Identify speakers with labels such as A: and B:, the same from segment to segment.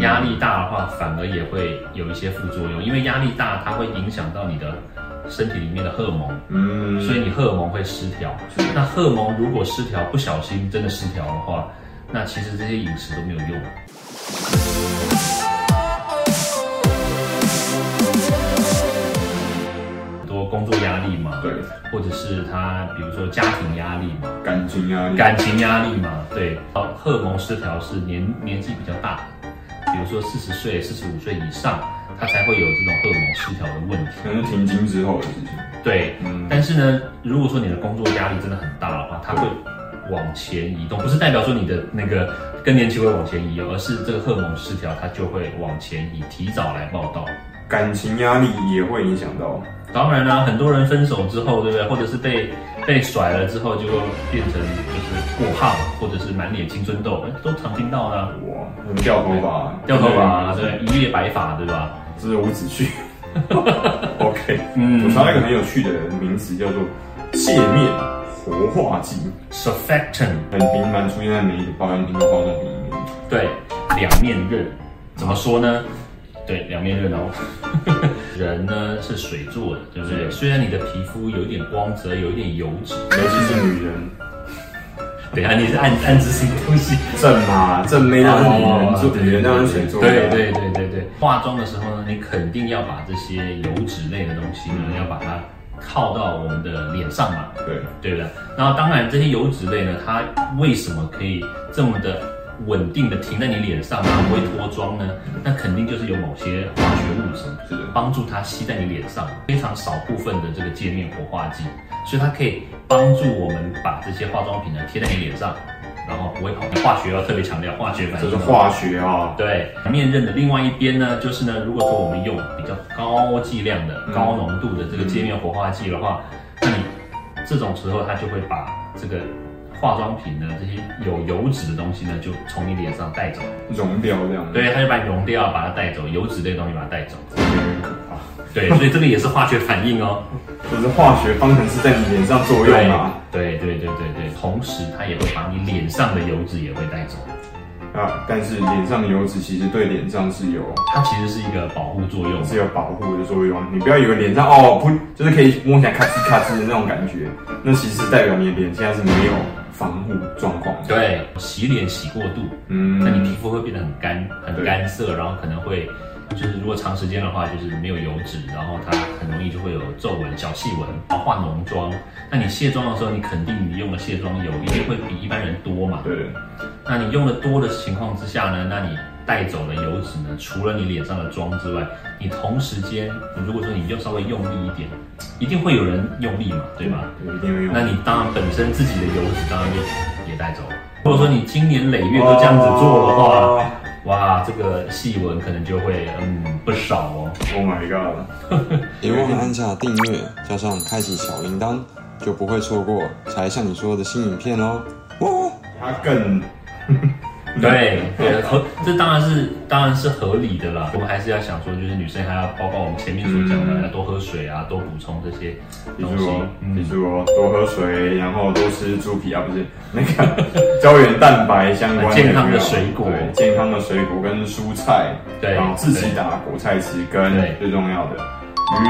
A: 压力大的话，反而也会有一些副作用，因为压力大，它会影响到你的身体里面的荷尔蒙，
B: 嗯，
A: 所以你荷尔蒙会失调。那荷尔蒙如果失调，不小心真的失调的话，那其实这些饮食都没有用。很多工作压力嘛，
B: 对，
A: 或者是他比如说家庭压力嘛，
B: 感情压力，
A: 感情压力嘛，对，呃，荷尔蒙失调是年年纪比较大，比如说四十岁、四十五岁以上，他才会有这种荷尔蒙失调的问题。
B: 可能是停经之后的事情。
A: 对，
B: 嗯，
A: 但是呢，如果说你的工作压力真的很大的话，它会往前移动，不是代表说你的那个更年期会往前移哦，而是这个荷尔蒙失调它就会往前移，提早来报道。
B: 感情压力也会影响到，
A: 当然啦、很多人分手之后，对不对？或者是被被甩了之后，就会变成就是过胖，或者是满脸青春痘，哎都常听到啦、
B: 哇，很掉头发，
A: 掉头发，对，呃一夜白发，对吧？
B: 这是无子 去。OK，
A: 嗯
B: 我查到一个很有趣的呃名词，叫做界面活化剂，
A: ，surfactant，
B: 很频繁出现在每一个保养品和化妆品里面。
A: 对，两面刃，怎么说呢？对，两面刃 哦。人呢是水做的，对不对？
B: 是
A: 虽然你的皮肤有一点光泽，有一点油脂，
B: 尤其是女人，
A: 等一下你是暗 暗指什么东西？
B: 正嘛，正妹那是女人做，
A: 对
B: 女人那是水做的。
A: 哦对对对对对，化妆的时候呢，你肯定要把这些油脂类的东西呢，要把它靠到我们的脸上嘛。
B: 对，
A: 对不对？然后当然这些油脂类呢，它为什么可以这么的稳定的停在你脸上，然后不会脱妆呢？那肯定就是有某些化学物质
B: 是的，
A: 帮助它吸在你脸上，非常少部分的这个界面活化剂，所以它可以帮助我们把这些化妆品呢贴在你脸上，然后不会跑。化学要特别强调化学反应
B: 这
A: 哦，
B: 是化学啊。
A: 对，面刃的另外一边呢，就是呢，如果说我们用比较高剂量的、
B: 嗯
A: 高浓度的这个界面活化剂的话，那你这种时候它就会把这个化妆品呢这些有油脂的东西呢，就从你脸上带走，
B: 溶掉这样。
A: 对，它就把你溶掉，把它带走，油脂类的东西把它带走，
B: 有点可怕，
A: 对，所以这个也是化学反应哦。
B: 这啊是化学方程式在你脸上作用啊。
A: 对对对对对，同时它也会把你脸上的油脂也会带走，
B: 啊，但是脸上的油脂其实对脸上是有
A: 它其实是一个保护作用嘛。
B: 是有保护的作用。你不要以为脸上哦不，就是可以摸起来咔吱咔吱的那种感觉，那其实代表你的脸现在是没有防护状况。
A: 对，洗脸洗过度，
B: 嗯，
A: 那你皮肤会变得很干、很
B: 对
A: 干涩，然后可能会就是如果长时间的话，就是没有油脂，然后它很容易就会有皱纹、小细纹。然后化浓妆，那你卸妆的时候，你肯定你用的卸妆油一定会比一般人多嘛？
B: 对，
A: 那你用的多的情况之下呢，那你带走的油脂呢，除了你脸上的妆之外，你同时间，你如果说你就稍微用力一点，一定会有人用力嘛，对吧？
B: 有一定嗯会用。
A: 那你当然本身自己的油脂当然就也带走了。如果说你经年累月都这样子做的话，
B: 哦
A: 哇，这个细纹可能就会嗯不少哦。
B: ，Oh my god，
C: 别忘了按下订阅，加上开启小铃铛，就不会错过才像你说的新影片哦喽。哇！
B: 它更
A: 对对，合这当然是当然是合理的啦。我们还是要想说，就是女生还要包括我们前面所讲的，
B: 嗯
A: 要多喝水啊，多补充这些
B: 记
A: 东西
B: 住哦。，记
A: 嗯，
B: 住哦，多喝水，然后多吃猪皮啊，不是那个胶原蛋白相关
A: 健康的
B: 有没有
A: 水果
B: 对，健康的水果跟蔬菜，
A: 对
B: 然后自己打果菜吃，跟
A: 对
B: 最重要的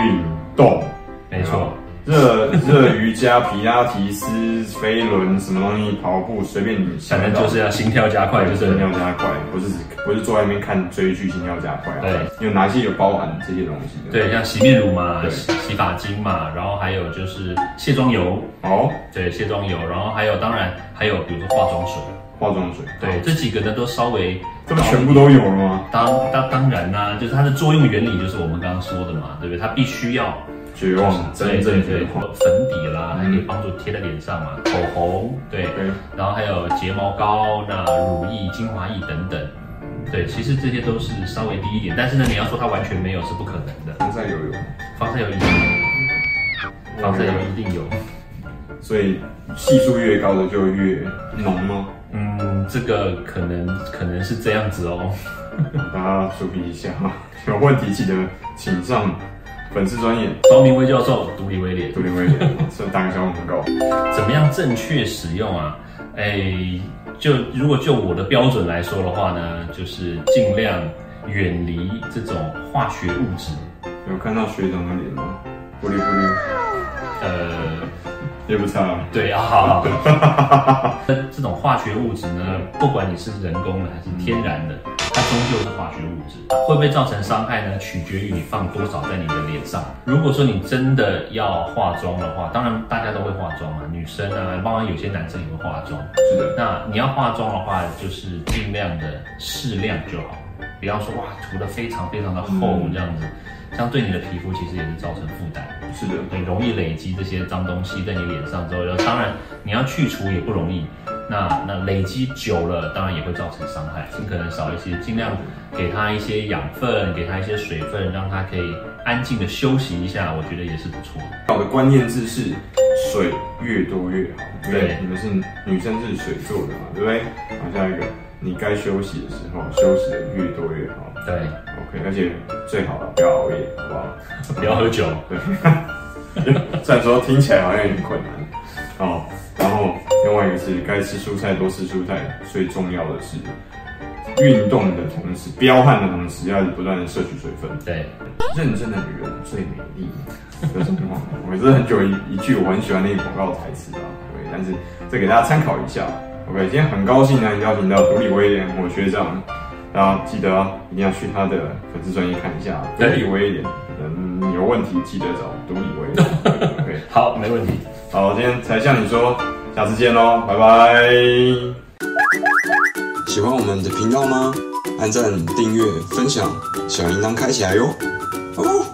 B: 运动，
A: 没
B: 哦
A: 错，
B: 热热瑜伽、皮拉提斯、飞轮什么东西，跑步随便你想
A: 反
B: 得
A: 正
B: 到，
A: 就是要心跳加快，就是
B: 心跳加快，不是不是坐在那边看追剧，心跳加快啊，
A: 对
B: 有哪些有包含这些东西的？，
A: 对，像洗面乳嘛，
B: 对
A: 洗洗发精嘛，然后还有就是卸妆油，
B: 哦，
A: 对，卸妆油，然后还有当然还有比如说化妆水，
B: 化妆水，
A: 对，，这几个呢都稍微
B: 这不全部都有了吗？
A: 当当当然啦、就是它的作用原理就是我们刚刚说的嘛，对不对？它必须要
B: 绝望，真正绝
A: 对
B: 望。
A: 粉底啦，
B: 嗯
A: 还可以帮助贴在脸上嘛，口红对，
B: 对，
A: 然后还有睫毛膏、那乳液、精华液等等，对，其实这些都是稍微低一点，但是呢，你要说它完全没有是不可能的，
B: 防晒油有，
A: 防晒油一定有，防晒油一定有，
B: 所以系数越高的就越浓吗？
A: 嗯，这个可能可能是这样子哦。
B: 大家注意一下，有问题记得请上粉丝专业
A: 高明威教授独立威廉
B: 独立微点，是打个小广告。
A: 怎么样正确使用啊？哎，就如果就我的标准来说的话呢，就是尽量远离这种化学物质。
B: 有看到学长的脸吗？不溜不溜，
A: 呃，
B: 也不差。
A: 对啊，好好 好那这种化学物质呢，不管你是人工的还是天然的，它终究是化学物质。会不会造成伤害呢？取决于你放多少在你的脸上。如果说你真的要化妆的话，当然大家都会化妆嘛，女生啊，当然有些男生也会化妆。
B: 是的，
A: 那你要化妆的话，就是尽量的适量就好，不要说哇涂的非常非常的厚
B: 嗯
A: 这样子，这样对你的皮肤其实也是造成负担。
B: 是的，
A: 对，容易累积这些脏东西在你脸上之后，然后当然你要去除也不容易。那那累积久了，当然也会造成伤害，尽可能少一些，尽量给它一些养分，给它一些水分，让它可以安静的休息一下，我觉得也是不错的。
B: 我的观念字是水越多越好，因为
A: 对
B: 你们是女生是水做的嘛，对不对？好，下一个，你该休息的时候休息的越多越好。
A: 对，
B: OK，而且最好不要熬夜，好不好？
A: 不要喝酒。
B: 虽然说听起来好像有点困难哦。然后另外一个是该吃蔬菜多吃蔬菜，最重要的是运动的同时，彪悍的同时要不断的摄取水分。
A: 对，
B: 认真的女人最美丽，有什么话？我这是很久一一句我很喜欢那个广告台词啊，对，但是这给大家参考一下。OK，今天很高兴呢邀请到独立威廉我学长，大家记得啊一定要去他的粉丝专业看一下。独立威廉，嗯，有问题记得找独立威廉。OK，
A: 好，没问题。
B: 好，今天才向你说，下次见喽，拜拜。
C: 喜欢我们的频道吗？按赞、订阅、分享，小铃铛开起来哟！哦。